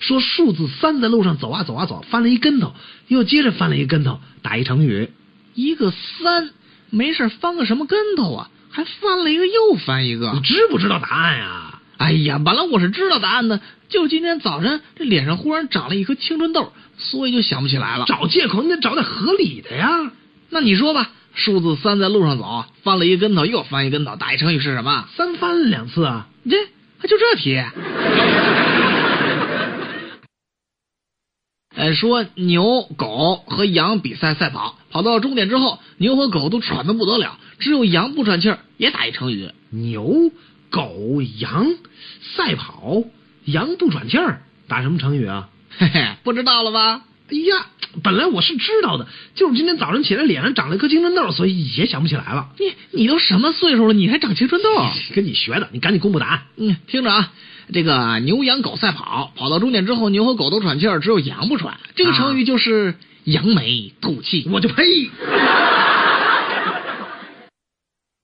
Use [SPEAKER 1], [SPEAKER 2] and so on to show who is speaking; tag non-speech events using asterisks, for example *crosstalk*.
[SPEAKER 1] 说数字三在路上走啊走啊走，翻了一跟头，又接着翻了一跟头，打一成语。
[SPEAKER 2] 一个三，没事翻个什么跟头啊？还翻了一个又翻一
[SPEAKER 1] 你
[SPEAKER 2] 个。
[SPEAKER 1] 知不知道答案呀、
[SPEAKER 2] 哎呀，本来我是知道答案的，就今天早晨这脸上忽然长了一颗青春痘，所以就想不起来了。
[SPEAKER 1] 找借口你得找点合理的呀。
[SPEAKER 2] 那你说吧，数字三在路上走，翻了一跟头又翻一跟头，打一成语是什么？
[SPEAKER 1] 三翻两次啊，
[SPEAKER 2] 你这还就这题？ *laughs* 哎，说牛、狗和羊比赛赛跑，跑到终点之后，牛和狗都喘得不得了，只有羊不喘气儿，也打一成语。
[SPEAKER 1] 牛、狗、羊，赛跑，羊不喘气儿，打什么成语啊？
[SPEAKER 2] 嘿嘿， *laughs* 不知道了吧？
[SPEAKER 1] 哎呀，本来我是知道的，就是今天早上起来脸上长了一颗青春痘，所以也想不起来了。
[SPEAKER 2] 你你都什么岁数了，你还长青春痘？
[SPEAKER 1] 跟你学的，你赶紧公布答案。
[SPEAKER 2] 嗯，听着啊，这个牛羊狗赛跑，跑到终点之后，牛和狗都喘气儿，只有羊不喘。这个成语就是扬眉吐气。
[SPEAKER 1] 我就呸！